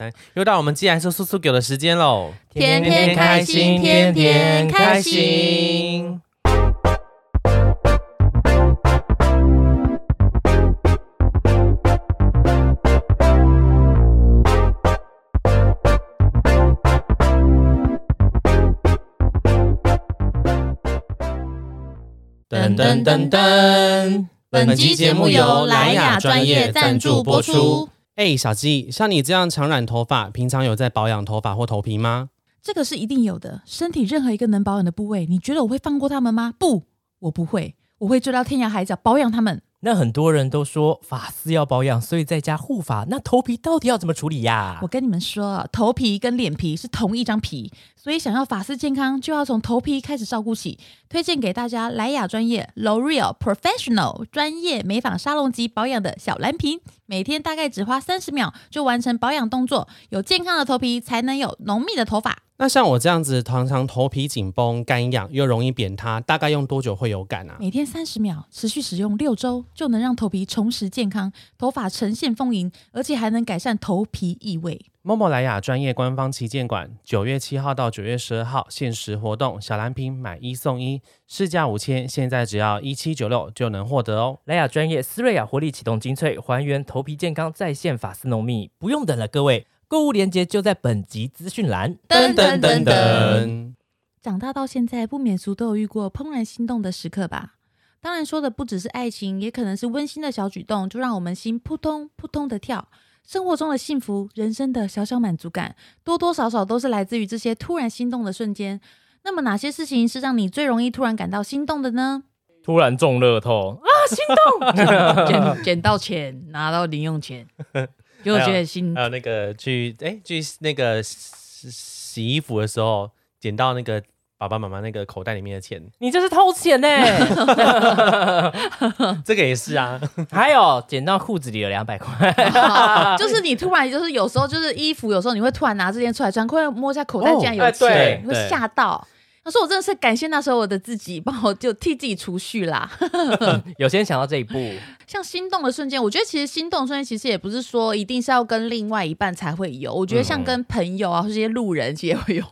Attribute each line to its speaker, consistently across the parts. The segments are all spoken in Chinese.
Speaker 1: 哎又到我们既然说速速狗的时间喽，
Speaker 2: 天天开心天天开心。
Speaker 1: 噔噔噔噔，
Speaker 2: 本期节目由莱雅专业赞助播出。。
Speaker 1: 哎、小鸡，像你这样常染头发，平常有在保养头发或头皮吗？
Speaker 3: 这个是一定有的。身体任何一个能保养的部位，你觉得我会放过他们吗？不，我不会，我会追到天涯海角保养他们。
Speaker 2: 那很多人都说发丝要保养，所以在家护发。那头皮到底要怎么处理呀
Speaker 3: 我？跟你们说，头皮跟脸皮是同一张皮，所以想要发丝健康，就要从头皮开始照顾起。推荐给大家莱雅专业 L'Oreal Professional 专业美发沙龙级保养的小蓝瓶，每天大概只花三十秒就完成保养动作，有健康的头皮才能有浓密的头发。
Speaker 1: 那像我这样子，常常头皮紧绷、干痒又容易扁塌，大概用多久会有感啊？
Speaker 3: 每天三十秒，持续使用六周，就能让头皮重拾健康，头发呈现丰盈，而且还能改善头皮异味。
Speaker 1: 某某莱雅专业官方旗舰馆，九月七号到九月十二号限时活动，小蓝瓶买一送一，市价五千，现在只要一七九六就能获得哦。
Speaker 2: 莱雅专业斯瑞雅活力启动精粹，还原头皮健康，再现发丝浓密。不用等了，各位，购物链接就在本集资讯栏。
Speaker 3: 噔噔噔噔。
Speaker 1: 噔，
Speaker 3: 长大到现在，不免俗都有遇过怦然心动的时刻吧？当然，说的不只是爱情，也可能是温馨的小举动，就让我们心扑通扑通的跳。生活中的幸福，人生的小小满足感，多多少少都是来自于这些突然心动的瞬间。那么，哪些事情是让你最容易突然感到心动的呢？
Speaker 2: 突然中乐透啊！
Speaker 4: 捡捡到钱，拿到零用钱，就觉得心
Speaker 1: 还有那个去哎、去那个洗洗衣服的时候，捡到那个爸爸妈妈那个口袋里面的钱，
Speaker 2: 你这是偷钱呢、
Speaker 1: 这个也是 啊。
Speaker 2: 还有捡到裤子里的两百块，
Speaker 1: 哎
Speaker 3: 就是你突然就是有时候就是衣服，有时候你会突然拿这件出来穿，快摸一下口袋，竟然有钱，
Speaker 2: 哎
Speaker 1: 哦对
Speaker 3: 你会吓到。他说：“我真的是感谢那时候我的自己，帮我就替自己储蓄啦。
Speaker 2: 有些人想到这一步，
Speaker 3: 像心动的瞬间，我觉得其实心动的瞬间其实也不是说一定是要跟另外一半才会有，我觉得像跟朋友啊，或是一些路人其实也会有。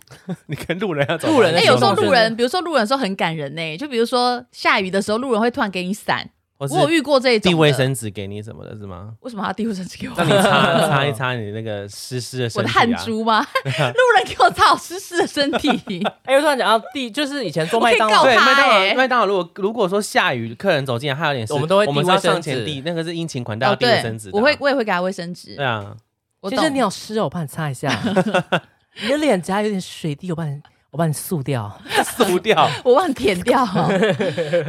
Speaker 1: 你跟路人要走，
Speaker 2: 路人的
Speaker 3: 那、
Speaker 2: 那
Speaker 3: 有
Speaker 2: 种
Speaker 3: 时候路
Speaker 2: 感
Speaker 3: 人，比如说路人的时候很感人呢、就比如说下雨的时候，路人会突然给你伞，
Speaker 1: 或
Speaker 3: 我有
Speaker 1: 是
Speaker 3: 遇过这种
Speaker 1: 递
Speaker 3: 的。
Speaker 1: 卫生纸给你什么的，是吗？
Speaker 3: 为什么他递卫生纸给我？
Speaker 1: 让你擦擦一擦你那个湿湿的
Speaker 3: 我
Speaker 1: 身
Speaker 3: 的
Speaker 1: 体、啊。
Speaker 3: 汗 珠吗？路人给我擦好湿湿的身体。”
Speaker 2: 哎、我突然讲到第，就是以前做麦当
Speaker 3: 我可
Speaker 2: 劳
Speaker 3: 以，
Speaker 1: 对，
Speaker 3: 告
Speaker 1: 麦当
Speaker 3: 欸
Speaker 1: 劳，麦当劳如果如果说下雨，客人走进来，他有点湿
Speaker 2: 我们都会
Speaker 1: 我们
Speaker 2: 递
Speaker 1: 是要
Speaker 2: 卫生
Speaker 1: 上前
Speaker 2: 纸
Speaker 1: 递，那个是殷勤款待，
Speaker 3: 哦，
Speaker 1: 要递卫
Speaker 3: 对，
Speaker 1: 生纸的啊。
Speaker 3: 我会我也会给他卫生纸
Speaker 1: 对。啊，
Speaker 3: 我
Speaker 2: 先生
Speaker 3: 懂
Speaker 2: 你，好湿哦，我帮你擦 一下。你的脸颊有点水滴，我帮你，我帮你塑掉。
Speaker 1: 撕 掉。
Speaker 3: 我忘 舔掉、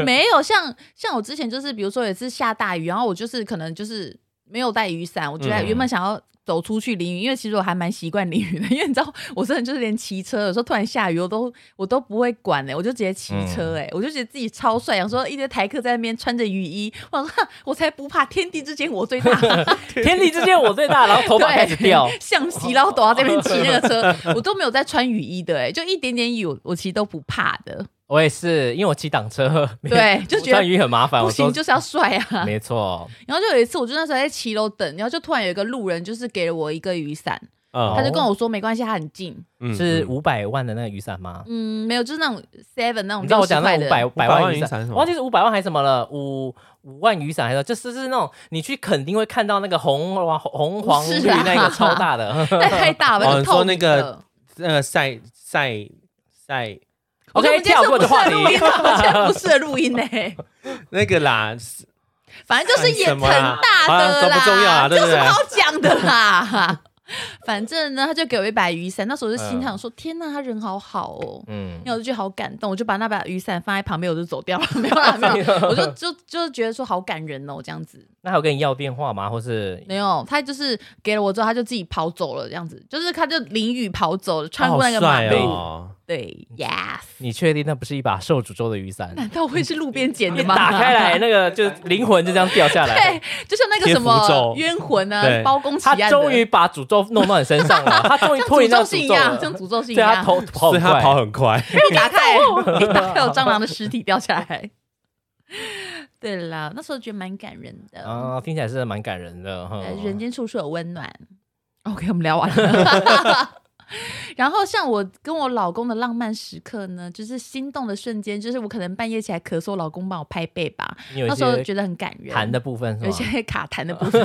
Speaker 3: 没有像像我之前就是，比如说有一次下大雨，然后我就是可能就是没有带雨伞，我觉得
Speaker 1: 嗯
Speaker 3: 原本想要。走出去淋雨，因为其实我还蛮习惯淋雨的， 因为你知道，我真的就是连骑车有时候突然下雨，我都我都不会管哎、我就直接骑车
Speaker 1: 嗯
Speaker 3: 哎、我就觉得自己超帅，想说一堆台客在那边穿着雨衣，我想说哈我才不怕，天地之间我最大。
Speaker 2: 天地之间我最大，然后头发开始 掉。
Speaker 3: 像极然后躲到这边骑那个 车，我都没有在穿雨衣的、欸，就一点点雨我，我其实都不怕的。
Speaker 2: 我也是，因为我骑挡车，
Speaker 3: 对就觉得
Speaker 2: 穿雨衣很麻烦。
Speaker 3: 不
Speaker 2: 我说
Speaker 3: 行，就是要帅啊！
Speaker 2: 没错，
Speaker 3: 然后就有一次，我就那时候在骑楼等，然后就突然有一个路人，就是给了我一个雨伞，
Speaker 1: 嗯
Speaker 2: 哦
Speaker 3: 他就跟我说没关系，他很近，
Speaker 1: 嗯
Speaker 2: 是
Speaker 1: 嗯
Speaker 2: 五百万的那个雨伞吗？
Speaker 3: 嗯，没有，就是那种 seven 那种
Speaker 2: 你知道我讲
Speaker 3: 60
Speaker 2: 那五
Speaker 3: 嗯块
Speaker 2: 百
Speaker 3: 的
Speaker 2: 百
Speaker 1: 500
Speaker 2: 万
Speaker 1: 万
Speaker 2: 雨
Speaker 1: 雨伞是
Speaker 2: 伞，
Speaker 1: 什么
Speaker 2: 我忘记是五百万还是什么了，五五万雨伞还是就是是那种你去垦丁会看到那个红黄红黄
Speaker 3: 不
Speaker 2: 绿
Speaker 3: 是啊
Speaker 2: 那个超 大的。
Speaker 3: 但太大了，
Speaker 1: 哦
Speaker 3: 那个
Speaker 1: 你说
Speaker 3: 透
Speaker 1: 那
Speaker 3: 明
Speaker 1: 个
Speaker 3: 的。
Speaker 1: 那个晒晒晒
Speaker 2: OK，跳过这话题。
Speaker 3: 我觉得我们今天不适合录音啊我觉得不适合录音呢、
Speaker 1: 那个啦，
Speaker 3: 反正就是也
Speaker 1: 什
Speaker 3: 很
Speaker 1: 么啦
Speaker 3: 大的
Speaker 1: 好啦都
Speaker 3: 啦，
Speaker 1: 不重要啊 啦对
Speaker 3: 这
Speaker 1: 不
Speaker 3: 有
Speaker 1: 对
Speaker 3: 什么好讲的啦？ 反正呢，他就给我一把雨伞，那时候我就心想说：“天呐，他人好好哦。”
Speaker 2: 嗯
Speaker 3: 因，为我就觉得好感动，我就把那把雨伞放在旁边，我就走掉了， 没有啦，没有啦，我就就就是觉得说好感人哦，这样子
Speaker 2: 那还有跟你要电话吗？或是
Speaker 3: 没有，他就是给了我之后，他就自己跑走了，这样子，就是他就淋雨跑走了，
Speaker 1: 他
Speaker 3: 穿
Speaker 1: 好
Speaker 3: 过那个马
Speaker 1: 帅
Speaker 3: 路，
Speaker 1: 哦。
Speaker 3: 对，yes，
Speaker 2: 你确定那不是一把受诅咒的雨伞？
Speaker 3: 难道会是路边捡的吗？
Speaker 2: 打开来，那个就灵魂就这样掉下来。
Speaker 3: 对， 就像那个什
Speaker 1: 贴符咒
Speaker 3: 么冤魂
Speaker 1: 对
Speaker 3: 啊，包公奇
Speaker 2: 他
Speaker 3: 案的，
Speaker 2: 终于把诅咒弄到你身 上了，他终于
Speaker 3: 像
Speaker 2: 脱离
Speaker 3: 诅
Speaker 2: 那
Speaker 3: 咒
Speaker 2: 个
Speaker 3: 信
Speaker 2: 诅
Speaker 3: 一
Speaker 2: 咒
Speaker 3: 样，
Speaker 2: 了。
Speaker 3: 像诅咒信一
Speaker 2: 对他
Speaker 3: 样，
Speaker 2: 头跑
Speaker 1: 所
Speaker 2: 很
Speaker 1: 以他
Speaker 2: 快，
Speaker 1: 跑很快，
Speaker 3: 一打开， 一打开有蟑螂的尸体掉下来。 对
Speaker 2: 哦
Speaker 3: 啦，那时候觉得蛮感人的，呃
Speaker 2: 啊，听起来是蛮感人的哈
Speaker 3: 呃。人间处处有温暖。 OK，我们聊完了。 然后像我跟我老公的浪漫时刻呢，就是心动的瞬间，就是我可能半夜起来咳嗽，老公帮我拍背吧，
Speaker 2: 你有一
Speaker 3: 那时候
Speaker 2: 些
Speaker 3: 觉得很感人。
Speaker 2: 谈的部分是
Speaker 3: 有一
Speaker 2: 吗？
Speaker 3: 些卡痰的部分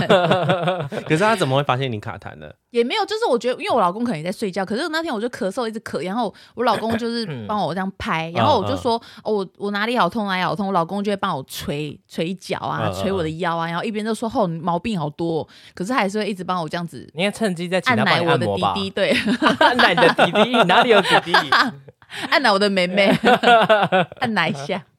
Speaker 1: 可是他怎么会发现你卡痰的？
Speaker 3: 也没有，就是我觉得，因为我老公可能也在睡觉，可是那天我就咳嗽一直咳，然后我老公就是
Speaker 2: 嗯
Speaker 3: 帮我这样拍，然后我就说，哦，我我哪里好痛哪里好痛，我老公就会帮我捶捶脚啊，
Speaker 1: 嗯嗯
Speaker 3: 捶我的腰啊，然后一边就说，哦，你毛病好多哦，可是他还是会一直帮我这样子
Speaker 2: 你应该趁机再请
Speaker 3: 按
Speaker 2: 他帮
Speaker 3: 奶
Speaker 2: 你
Speaker 3: 我
Speaker 2: 按
Speaker 3: 的
Speaker 2: 摩吧
Speaker 3: 弟。弟，对，
Speaker 2: 按奶你的弟弟， 你哪里有弟弟？
Speaker 3: 按奶我的妹 妹，按奶一下。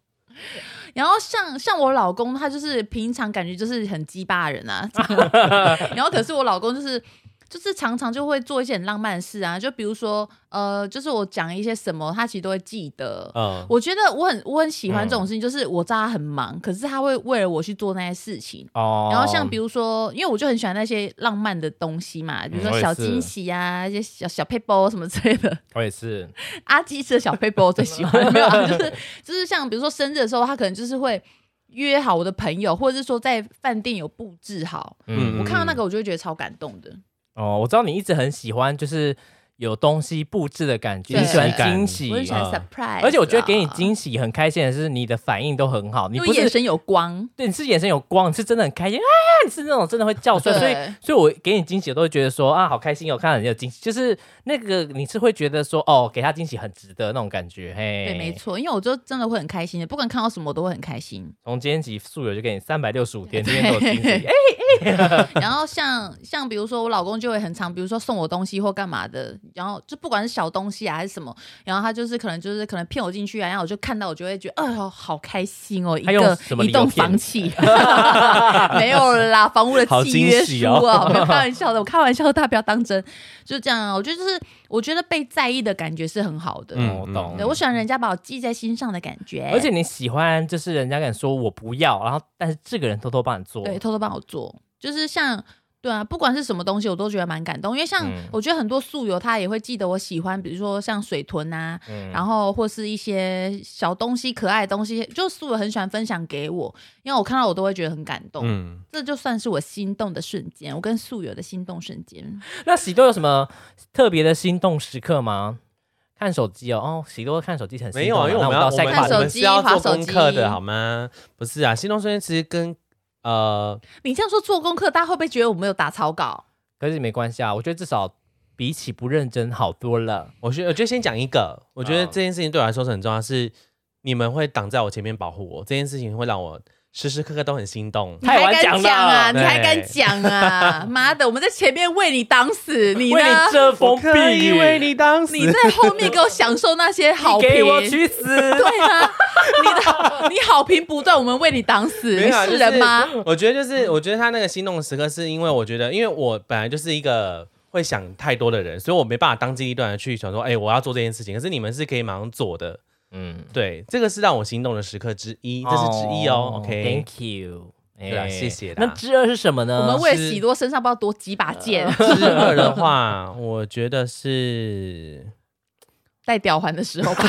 Speaker 3: 然后像像我老公，他就是平常感觉就是很鸡巴的人啊， 然后可是我老公就是就是常常就会做一些很浪漫的事啊，就比如说呃，就是我讲一些什么，他其实都会记得。
Speaker 1: 嗯，
Speaker 3: 我觉得我很我很喜欢
Speaker 2: 嗯
Speaker 3: 这种事情，就是我知道他很忙，可是他会为了我去做那些事情。
Speaker 2: 哦
Speaker 3: 然后像比如说，因为我就很喜欢那些浪漫的东西嘛，比如
Speaker 2: 嗯我
Speaker 3: 说
Speaker 2: 也
Speaker 3: 小
Speaker 2: 是
Speaker 3: 惊喜啊，一些小小 paper 什么之类的。
Speaker 2: 我也是，
Speaker 3: 阿基吃的小 paper 我最喜 欢，没有啊， 就是就是像比如说生日的时候，他可能就是会约好我的朋友，或者是说在饭店有布置好，
Speaker 1: 嗯
Speaker 2: 嗯，
Speaker 3: 我看到那个我就会觉得超感动的。
Speaker 2: 哦，我知道你一直很喜欢，就是有东西布置的感觉，
Speaker 3: 对
Speaker 2: 你喜欢
Speaker 1: 惊喜感
Speaker 2: 惊喜
Speaker 3: 我，很喜欢
Speaker 1: 嗯
Speaker 3: surprise，、
Speaker 2: 啊
Speaker 3: 啊
Speaker 2: 而且我觉得给你，惊喜很开心的是，你的反应都很好，你
Speaker 3: 因为
Speaker 2: 不是
Speaker 3: 眼神有光，
Speaker 2: 对，你是眼神有光，你是真的很开心啊，你是那种真的会叫出来，
Speaker 3: 对
Speaker 2: 所以所以我给你惊喜，我都会觉得说啊，好开心哦，看到你有惊喜，就是那个你是会觉得说哦，给他惊喜很值得那种感觉，嘿，
Speaker 3: 对，没。错，因为我就真的会很开心的，不管看到什么我都会很开心。
Speaker 2: 从今天起，素友就给你三百六十五天，今天都有惊喜，哎，
Speaker 3: 然后像像比如说我老公就会很常，比如说送我东西或干嘛的，然后就不管是小东西啊还是什么，然后他就是可能就是可能骗我进去啊，然后我就看到我就会觉得，哎呦好开心哦，一
Speaker 2: 他用
Speaker 3: 个
Speaker 2: 什么
Speaker 3: 一
Speaker 2: 理由
Speaker 3: 栋
Speaker 2: 骗
Speaker 3: 房契， 没有啦，房屋的
Speaker 1: 好
Speaker 3: 契约
Speaker 1: 惊喜
Speaker 3: 书
Speaker 1: 哦
Speaker 3: 啊，我 没有开玩笑的，我开玩笑的，大家不要当真，就这样啊，我觉得就是我觉得被在意的感觉是很好的，
Speaker 1: 嗯
Speaker 2: 我懂嗯
Speaker 3: 对，我喜欢人家把我记在心上的感觉，
Speaker 2: 而且你喜欢就是人家敢说我不要，然后但是这个人偷偷帮你做，
Speaker 3: 对，偷偷帮我做，就是像对啊，不管是什么东西，我都觉得蛮感动，因为像
Speaker 2: 嗯
Speaker 3: 我觉得很多宿友他也会记得我喜欢，比如说像水豚啊，
Speaker 2: 嗯
Speaker 3: 然后或是一些小东西、可爱的东西，就宿友很喜欢分享给我，因为我看到我都会觉得很感动，
Speaker 1: 嗯，
Speaker 3: 这就算是我心动的瞬间，我跟宿友的心动瞬间。
Speaker 2: 那喜多有什么特别的心动时刻吗？看手机哦，哦，喜多看手机很心动
Speaker 1: 没有啊，因为我
Speaker 2: 那
Speaker 1: 们
Speaker 2: 们
Speaker 1: 要
Speaker 2: 到
Speaker 1: 我
Speaker 2: 下一
Speaker 1: 们
Speaker 2: 个
Speaker 1: 我
Speaker 3: 看
Speaker 2: 话题
Speaker 3: 手
Speaker 1: 们
Speaker 3: 机
Speaker 1: 是要做
Speaker 3: 滑手
Speaker 1: 功课
Speaker 3: 机
Speaker 1: 的好吗？不是啊，心动瞬间其实跟呃，
Speaker 3: 你这样说做功课，大家会不会觉得我没有打草稿？
Speaker 2: 可是没关系啊，我觉得至少比起不认真好多了。
Speaker 1: 我觉得我觉得先讲一个，我觉得
Speaker 2: 嗯
Speaker 1: 这件事情对我来说是很重要，是你们会挡在我前面保护我，这件事情会让我时时刻刻都很心动。
Speaker 3: 你还
Speaker 2: 太晚
Speaker 3: 敢
Speaker 2: 讲
Speaker 3: 讲啊？
Speaker 2: 了
Speaker 3: 你还敢
Speaker 1: 对
Speaker 3: 讲啊？妈的，我们在前面为你挡死，你呢
Speaker 2: 为？你遮
Speaker 1: 我
Speaker 2: 风
Speaker 1: 可以
Speaker 2: 避
Speaker 1: 为
Speaker 2: 雨，
Speaker 1: 你当死
Speaker 3: 你在后面给我享受那些 好评，
Speaker 2: 给我去死！
Speaker 3: 对啊，你的好你好评不断，我们为你挡死，
Speaker 1: 没
Speaker 3: 你
Speaker 1: 有啊
Speaker 3: 是人吗？？
Speaker 1: 就是嗯我觉得就是，我觉得他那个心动的时刻，是因为我觉得，因为我本来就是一个会想太多的人，所以我没办法当机立断的去想说，哎、我要做这件事情。可是你们是可以马上做的，
Speaker 2: 嗯，
Speaker 1: 对，这个是让我心动的时刻之一，这是之一哦。OK，
Speaker 2: Thank you，
Speaker 1: 对啊
Speaker 2: 哎
Speaker 1: 谢谢啦
Speaker 2: 那之二是什么呢？
Speaker 3: 我们为了
Speaker 1: 是
Speaker 3: 喜多身上不知道多几把剑，
Speaker 1: 之二的话，我觉得是
Speaker 3: 戴吊环的时候吧，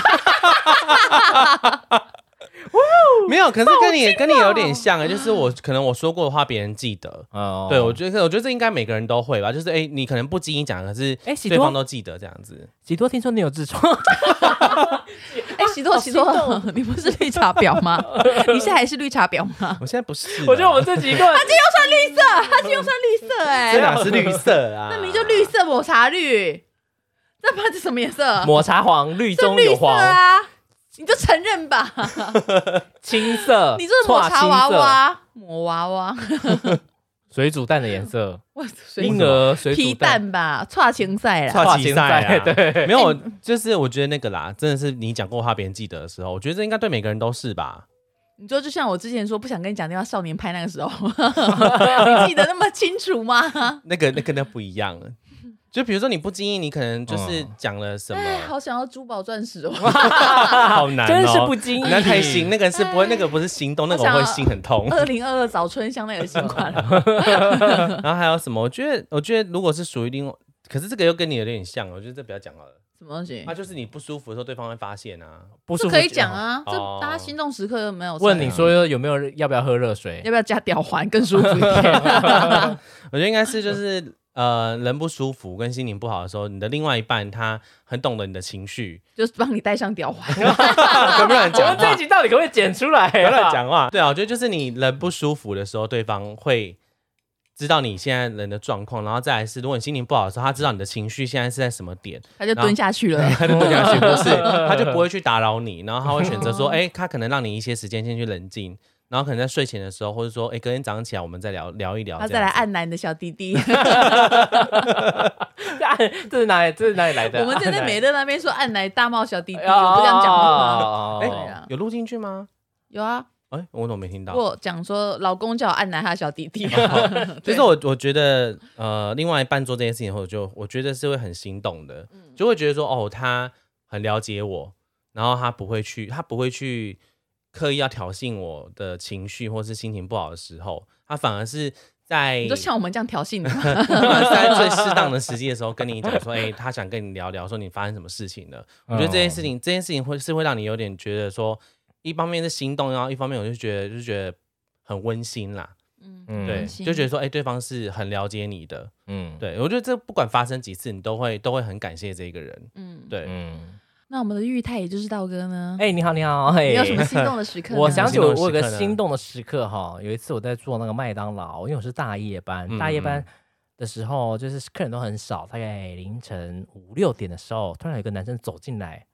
Speaker 1: 没有，可是跟你跟你有点像哎，就是我可能我说过的话，别人记得。
Speaker 2: 哦
Speaker 1: 对，我觉得我觉得这应该每个人都会吧，就是哎、你可能不经意讲，可是
Speaker 2: 哎喜
Speaker 1: 对方
Speaker 2: 多
Speaker 1: 都记得这样子。
Speaker 2: 喜多听说你有痔疮，
Speaker 3: 哎，喜多喜多， 你不是绿茶婊吗？你现在还是绿茶婊吗？
Speaker 1: 我现在不是啊，
Speaker 2: 我觉得我们这 几个
Speaker 3: 他就算绿色
Speaker 1: 这
Speaker 3: 哎，
Speaker 1: 哪是绿色啊？
Speaker 3: 那明明就绿色抹茶绿，那不然是什么颜色？
Speaker 2: 抹茶黄、绿
Speaker 3: 这
Speaker 2: 中
Speaker 3: 绿
Speaker 2: 有哦
Speaker 3: 色
Speaker 2: 黄、
Speaker 3: 啊，你就承认吧，
Speaker 2: 青色，
Speaker 3: 你就是抹茶娃
Speaker 2: 跨青色、
Speaker 3: 娃，抹娃娃，
Speaker 2: 水煮蛋的颜色、
Speaker 3: 我随
Speaker 2: 婴儿水
Speaker 3: 皮
Speaker 2: 煮蛋、
Speaker 3: 蛋吧，跨情赛啦。
Speaker 1: 跨棋赛啊
Speaker 2: 跨棋 赛对
Speaker 1: 没有，
Speaker 3: 哎
Speaker 1: 我就是我觉得那个啦，真的是你讲过话，别人记得的时候，我觉得这应该对每个人都是吧。
Speaker 3: 你说就像我之前说不想跟你讲电话少年派那个时候， 你记得那么清楚吗？
Speaker 1: 那个那跟那不一样了，就比如说你不经意，你可能就是
Speaker 2: 嗯
Speaker 1: 讲了什么，
Speaker 3: 哎，好想要珠宝钻石哦！
Speaker 1: 好难、哦，
Speaker 2: 真是不经意
Speaker 1: 那太心，那个是不会，
Speaker 3: 哎
Speaker 1: 那个不是心动，那个
Speaker 3: 我
Speaker 1: 我会
Speaker 3: 想要
Speaker 1: 心很 痛。
Speaker 3: 二零二二早春香奈儿新款了，
Speaker 1: 然后还有什么？我觉得，我觉得如果是属于另外，可是这个又跟你有点像，我觉得这不要讲好了。
Speaker 3: 什么东西
Speaker 1: 那、？就是你不舒服的时候，对方会发现啊。
Speaker 2: 不
Speaker 3: 这
Speaker 2: 是
Speaker 3: 可以讲。啊，
Speaker 1: 哦
Speaker 3: 这大家心动时刻有没有？
Speaker 2: 问你说有没有人要不要喝热水
Speaker 3: 要？不要加吊环更舒服一点？
Speaker 1: 我觉得应该是就是呃人不舒服跟心情不好的时候，你的另外一半他很懂得你的情绪，
Speaker 4: 就是帮你戴上吊环。
Speaker 1: 可不乱
Speaker 2: 我
Speaker 1: 讲
Speaker 2: 哦们这一
Speaker 1: 话，
Speaker 2: 集到底可不可以剪出来、啊？
Speaker 1: 不要乱讲话。对啊，我觉得就是你人不舒服的时候，对方会知道你现在人的状况，然后再来是，如果你心情不好的时候，他知道你的情绪现在是在什么 点，
Speaker 4: 他就蹲下去了。
Speaker 1: 他就不想去，不是，他就不会去打扰你，然后他会选择说，哎、他可能让你一些时间先去冷静，然后可能在睡前的时候，或者说，哎、隔天早上起来我们再聊聊一聊，
Speaker 4: 他
Speaker 1: 这
Speaker 4: 再来
Speaker 1: 样子
Speaker 4: 按男的小弟弟，
Speaker 2: 啊这是哪里？这是哪里来的？ 啊哦
Speaker 4: 我们在那美
Speaker 2: 没
Speaker 4: 乐那边说按男大帽小弟弟，我不这样讲话吗？
Speaker 2: 哦
Speaker 1: 哎、
Speaker 4: 对啊
Speaker 1: 有录进去吗？
Speaker 4: 有啊，
Speaker 1: 哎、我怎么没听到？
Speaker 4: 我讲说老公叫我按男他小弟弟，
Speaker 1: 其实哦我我觉得，呃，另外一半做这件事情后，就我觉得是会很心动的，
Speaker 3: 嗯
Speaker 1: 就会觉得说，哦，他很了解我，然后他不会去，他不会去刻意要挑衅我的情绪或是心情不好的时候，他反而是在
Speaker 4: 你就像我们这样挑衅你吗，
Speaker 1: 他是在最适 当的时机的时候跟你讲说，哎、他想跟你聊聊，说你发生什么事情了。我觉得这件事情，这件事情会是会让你有点觉得说，一方面是心动，然后一方面我就觉得就觉得很温馨啦，
Speaker 2: 嗯
Speaker 1: 对，
Speaker 3: 温馨
Speaker 1: 就觉得说，哎、对方是很了解你的，
Speaker 2: 嗯，
Speaker 1: 对我觉得这不管发生几次，你都会都会很感谢这个人，
Speaker 4: 嗯，
Speaker 1: 对，
Speaker 2: 嗯。
Speaker 3: 那我们的玉泰也就是道哥呢，
Speaker 2: 哎、你好，你好，哎、
Speaker 4: 你有什么心动的时刻呢？
Speaker 2: 我想起我我有个
Speaker 1: 心动的时刻呢
Speaker 2: 心动的时刻哈，有一次我在做那个麦当劳，因为我是大夜班，
Speaker 1: 嗯
Speaker 2: 大夜班的时候就是客人都很少，大概凌晨五六点的时候，突然有一个男生走进来，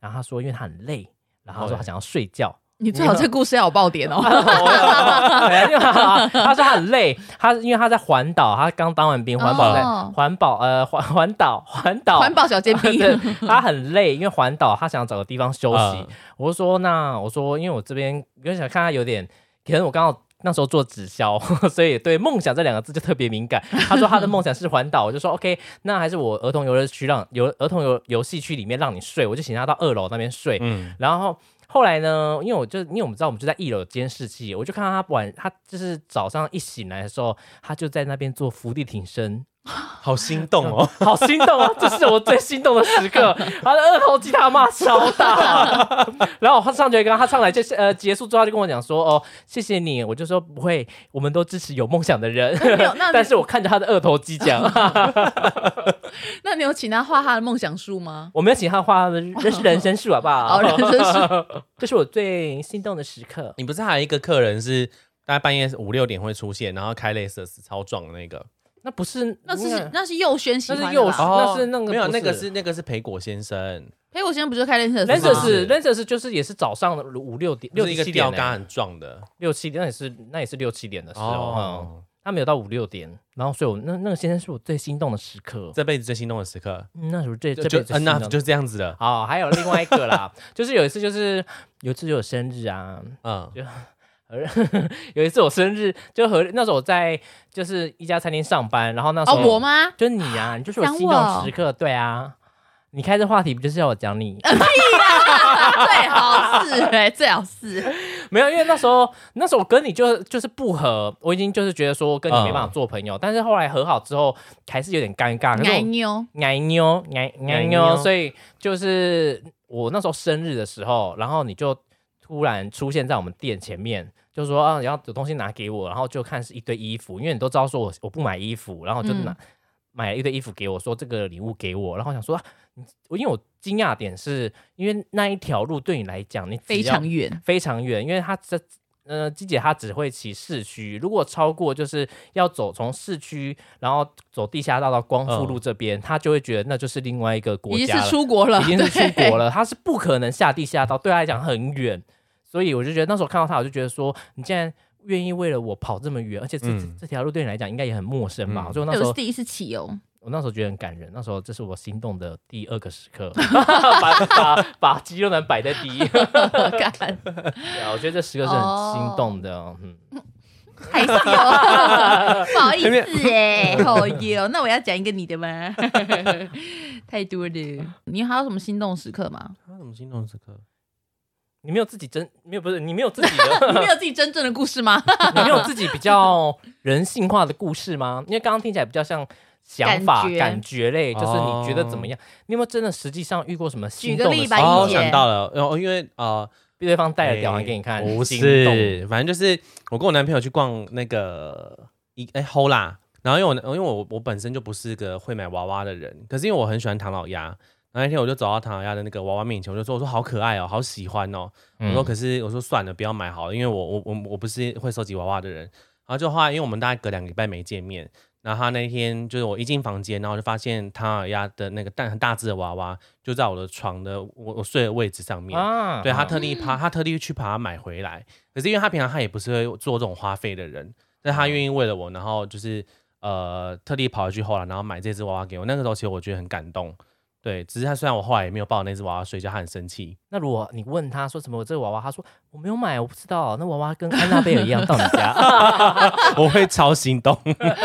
Speaker 2: 然后他说因为他很累，然后他说他想要睡觉，
Speaker 4: 你最好这故事要有爆点哦。
Speaker 2: 对因为他他说他很累，他因为他在环岛，他刚当完兵，环保在
Speaker 4: 哦
Speaker 2: 环保呃环环岛环岛
Speaker 4: 环保小尖兵，
Speaker 2: 哦 对，他很累，因为环岛他想找个地方休息。
Speaker 1: 嗯
Speaker 2: 我就说那我说，因为我这边有想看他有点，可能我刚好那时候做直销，所以对梦想这两个字就特别敏感。他说他的梦想是环岛，我就说 OK，那还是我儿童游乐区让游儿童游游戏区里面让你睡，我就请他到二楼那边睡。
Speaker 1: 嗯，
Speaker 2: 然后后来呢，因为我就因为我们知道我们就在一楼有监视器，我就看到他晚他就是早上一醒来的时候，他就在那边做伏地挺身。
Speaker 1: 好心动 哦，
Speaker 2: 好心动啊！这是我最心动的时刻。他的二头肌他妈超大，然后他上去跟他上来就是呃结束之后他就跟我讲说哦谢谢你，我就说不会，我们都支持有梦想的人
Speaker 4: 那你有那。你
Speaker 2: 但是我看着他的二头 肌讲，
Speaker 4: 那你有请他画他的梦想树 吗？
Speaker 2: 我没有请他画他的人人生树好不好
Speaker 4: 哦，？人生树，
Speaker 2: 这是我最心动的时刻。
Speaker 1: 你不是还有一个客人是大概半夜五六点会出现，然后开类似的超壮的那个，
Speaker 2: 那不是
Speaker 4: 那是那是佑轩喜欢的吧，
Speaker 2: 那是佑轩啊那是那个
Speaker 1: 哦没有
Speaker 2: 不
Speaker 1: 那个
Speaker 2: 是
Speaker 1: 是那个是培果先生，
Speaker 4: 裴果先哎生不就开练车？
Speaker 2: 那
Speaker 1: 是
Speaker 2: Lancer
Speaker 1: 吗
Speaker 2: 是 Lancer 是就是也是早上的五六点六
Speaker 1: 就是一
Speaker 2: 七
Speaker 1: 个
Speaker 2: 点
Speaker 1: 吊
Speaker 2: 欸
Speaker 1: 杆很壮的
Speaker 2: 六七点那也是那也是六七点的时候。嗯
Speaker 1: 哦。
Speaker 2: 他没有到五六点，然后所以我那那个先生是我最心动的时刻，
Speaker 1: 这辈子最心动的时刻，
Speaker 2: 嗯那是我这
Speaker 1: 就
Speaker 2: 这辈
Speaker 1: 就
Speaker 2: 子最心动
Speaker 1: enough
Speaker 2: 的
Speaker 1: 就是这样子的，
Speaker 2: 好，还有另外一个啦，就是有一次就是有一次就我生日啊，
Speaker 1: 嗯，
Speaker 2: 有一次我生日就和那时候我在就是一家餐厅上班，然后那时
Speaker 4: 哦，
Speaker 2: 候、
Speaker 4: 我吗？
Speaker 2: 就你啊，你就是我
Speaker 3: 讲
Speaker 2: 心动的
Speaker 3: 我
Speaker 2: 时刻，对啊。你开这话题不就是要我讲你？
Speaker 4: 最好是哎，最好是。
Speaker 2: 没有，因为那时候那时候我跟你就就是不合，我已经就是觉得说跟你没办法
Speaker 1: 嗯
Speaker 2: 做朋友，但是后来和好之后还是有点尴尬。可是我
Speaker 4: 奶妞，
Speaker 2: 奶妞奶
Speaker 1: 奶
Speaker 2: 奶妞，
Speaker 1: 妞
Speaker 2: 所以就是我那时候生日的时候，然后你就突然出现在我们店前面，就说啊，你要有东西拿给我，然后就看是一堆衣服，因为你都知道说我我不买衣服，然后我就
Speaker 4: 嗯
Speaker 2: 拿、买了一堆衣服给我，说这个礼物给我，然后我想说，啊、你我因为我惊讶的点是因为那一条路对你来讲，你只
Speaker 4: 非
Speaker 2: 要
Speaker 4: 常远，
Speaker 2: 非常远，因为它这呃，机姐她只会骑市区，如果超过就是要走从市区，然后走地下道到光复
Speaker 1: 嗯
Speaker 2: 路这边，她就会觉得那就是另外一个国
Speaker 4: 已经
Speaker 2: 家
Speaker 4: 是
Speaker 2: 了，
Speaker 4: 出国了，
Speaker 2: 已经是出 国
Speaker 4: 了。
Speaker 2: 了，她是不可能下地下道，对她来讲很远，所以我就觉得那时候看到她，我就觉得说，你竟然愿意为了我跑这么远，而且这、
Speaker 1: 嗯
Speaker 2: 这条路对你来讲应该也很陌生吧？
Speaker 1: 嗯
Speaker 2: 所以我
Speaker 4: 哎
Speaker 2: 那时
Speaker 4: 我
Speaker 2: 候
Speaker 4: 是第一次骑哦，
Speaker 2: 我那时候觉得很感人，那时候这是我心动的第二个时刻， 把把把肌肉男摆在第一。
Speaker 4: 干
Speaker 2: 对啊，我觉得这十个是很心动的哦。嗯，
Speaker 4: 害羞，不好意思哎，哦哟，那我要讲一个你的 吗？太多了，你还有什么心动时刻吗？
Speaker 1: 他什么心动时刻？
Speaker 2: 你没有自己真没有不是你没有自己
Speaker 4: 你没
Speaker 2: 的，
Speaker 4: 有自己真正的故事吗？
Speaker 2: 你没有自己比较人性化的故事吗？因为刚刚听起来比较像想法、
Speaker 4: 感
Speaker 2: 感
Speaker 4: 觉
Speaker 2: 觉类，就是你觉得怎么样？你有没有真的实际上遇过什么心
Speaker 4: 举
Speaker 2: 动
Speaker 4: 个
Speaker 2: 的
Speaker 4: 例
Speaker 2: 事
Speaker 4: 吧白？
Speaker 1: 哦，
Speaker 4: 一姐
Speaker 1: 想到了，然后因为呃，
Speaker 2: 被对方带了吊环给你看，
Speaker 1: 不
Speaker 2: 心动
Speaker 1: 是，反正就是我跟我男朋友去逛那个一哎 Hola 然后因为我因为我我本身就不是个会买娃娃的人，可是因为我很喜欢唐老鸭，然后那天我就走到唐老鸭的那个娃娃面前，我就说我说好可爱哦，好喜欢哦。
Speaker 2: 嗯
Speaker 1: 我说可是我说算了，不要买好了，因为我我我我不是会收集娃娃的人。然后就后来因为我们大概隔两个礼拜没见面，然后他那天就是我一进房间，然后就发现唐老鸭的那个大很大只的娃娃就在我的床的我我睡的位置上面。
Speaker 2: 啊
Speaker 1: 对他特地爬，他特地去把它买回来。可是因为他平常他也不是会做这种花费的人，但他
Speaker 2: 哦
Speaker 1: 愿意为了我，然后就是呃特地跑回去后来，然后买这只娃娃给我。那个时候其实我觉得很感动。对，只是他虽然我后来也没有抱那只娃娃睡觉，他很生气。
Speaker 2: 那如果你问他说什么我这个娃娃，他说我没有买，我不知道。那娃娃跟安娜贝尔一样到你 家，
Speaker 1: 我会超心动。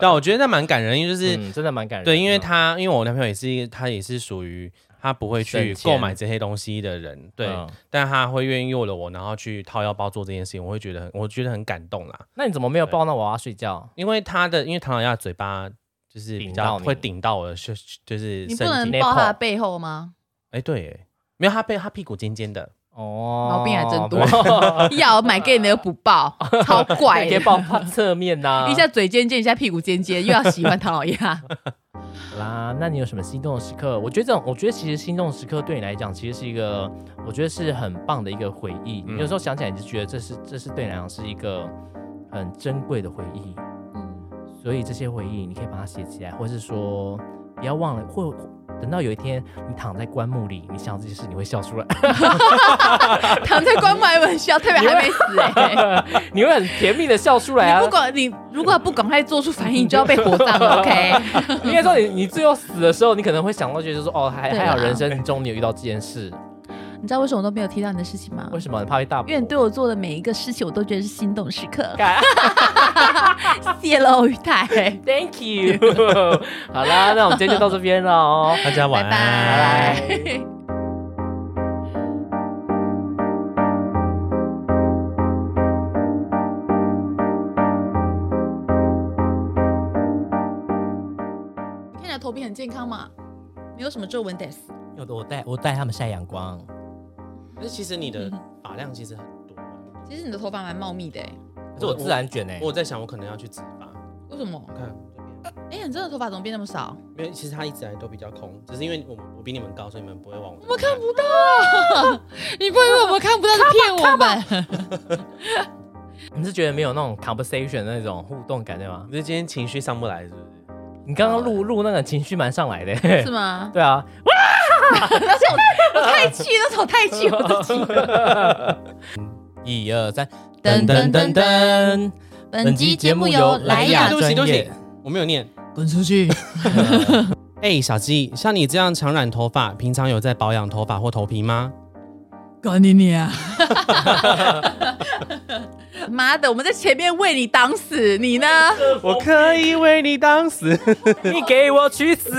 Speaker 1: 但我觉得那蛮感人，因为就是、
Speaker 2: 嗯，真的蛮感人的。
Speaker 1: 对，因为他因为我男朋友也是一个他也是属于他不会去
Speaker 2: 省钱
Speaker 1: 购买这些东西的人，对，
Speaker 2: 嗯
Speaker 1: 但他会愿意为了我，然后去掏腰包做这件事情，我会觉得很我觉得很感动啦。
Speaker 2: 那你怎么没有抱那娃娃睡觉？
Speaker 1: 因为他的因为唐老鸭嘴巴就是比
Speaker 2: 顶
Speaker 1: 较
Speaker 2: 到你
Speaker 1: 会顶到我的身，就是
Speaker 3: 你不
Speaker 1: 身
Speaker 3: 能
Speaker 1: 体。
Speaker 2: 内
Speaker 3: 抱他的
Speaker 2: 扣
Speaker 3: 背后吗？
Speaker 1: 哎，对耶，没有他被他屁股尖尖的，
Speaker 2: 哦，
Speaker 3: 毛病还真 多
Speaker 2: 多，
Speaker 3: 要买 gay 的又不抱，超怪
Speaker 2: 你 可以
Speaker 3: 的。
Speaker 2: 抱抱侧面啊呐、
Speaker 3: 一下嘴尖尖，一下屁股尖尖，又要喜欢唐老鸭。
Speaker 2: 好啦，那你有什么心动的时刻？我觉得这种，我觉得其实心动的时刻对你来讲，其实是一个，我觉得是很棒的一个回忆。
Speaker 1: 嗯
Speaker 2: 你有时候想起来，你就觉得这是这是对你来讲是一个很珍贵的回忆。
Speaker 3: 嗯
Speaker 2: 所以这些回忆，你可以把它写起来，或是说不要忘了，或等到有一天你躺在棺木里，你想这些事，你会笑出 来，
Speaker 3: 躺在棺材玩笑，特别还没死 哎、
Speaker 2: 你会很甜蜜的笑出来
Speaker 3: 你
Speaker 2: 啊
Speaker 3: 不。管你如果不赶快做出反应，就要被火葬了。OK，
Speaker 2: 应该说你你最后死的时候，你可能会想到，觉得说哦，还
Speaker 3: 对啊啦
Speaker 2: 还好人生中你有遇到这件事，
Speaker 3: 你知道为什么我都没有提到你的事情吗？
Speaker 2: 为什么怕被大？
Speaker 3: 因为你对我做的每一个事情，我都觉得是心动时刻。
Speaker 2: 感
Speaker 3: 谢喽，于 太。
Speaker 2: Thank you 。好啦，那我们今天就到这边了哦。
Speaker 1: 大家晚
Speaker 3: 拜
Speaker 1: 安。
Speaker 3: 拜。看起来头皮很健康嘛，没有什么皱纹 death。
Speaker 2: 有的我带我带他们晒阳光，
Speaker 1: 那其实你
Speaker 3: 嗯
Speaker 1: 的发量其实很多，啊
Speaker 3: 其实你的头发蛮茂密的哎，
Speaker 2: 可是我自然卷哎、
Speaker 1: 我在想我可能要去植发。
Speaker 3: 为什么？
Speaker 1: 我看
Speaker 3: 哎、你真的头发怎么变那么少？
Speaker 1: 没有，其实他一直来都比较空，只是因为我我比你们高，所以你们不会往我。我看不到。
Speaker 3: 你不会以为我们看不到是骗我们？
Speaker 2: 你是觉得没有那种 conversation 的那种互动感对吗？
Speaker 1: 你是今天情绪上不来是不是？
Speaker 2: 你刚刚录录那个情绪蛮上来的、
Speaker 3: 是吗？
Speaker 2: 对啊，
Speaker 3: 那是我我太气，那是我太气，我自己。
Speaker 2: 一二三，
Speaker 3: 噔噔噔
Speaker 2: 噔，
Speaker 3: 本期节目由莱雅
Speaker 1: 对不起，对不起，我没有念。
Speaker 2: 滚出去！
Speaker 1: 哎、小鸡，像你这样常染头发，平常有在保养头发或头皮吗？
Speaker 3: 管你你啊！妈的，我们在前面为你挡死，你呢？
Speaker 1: 我可以为你当死。
Speaker 2: 你给我去死！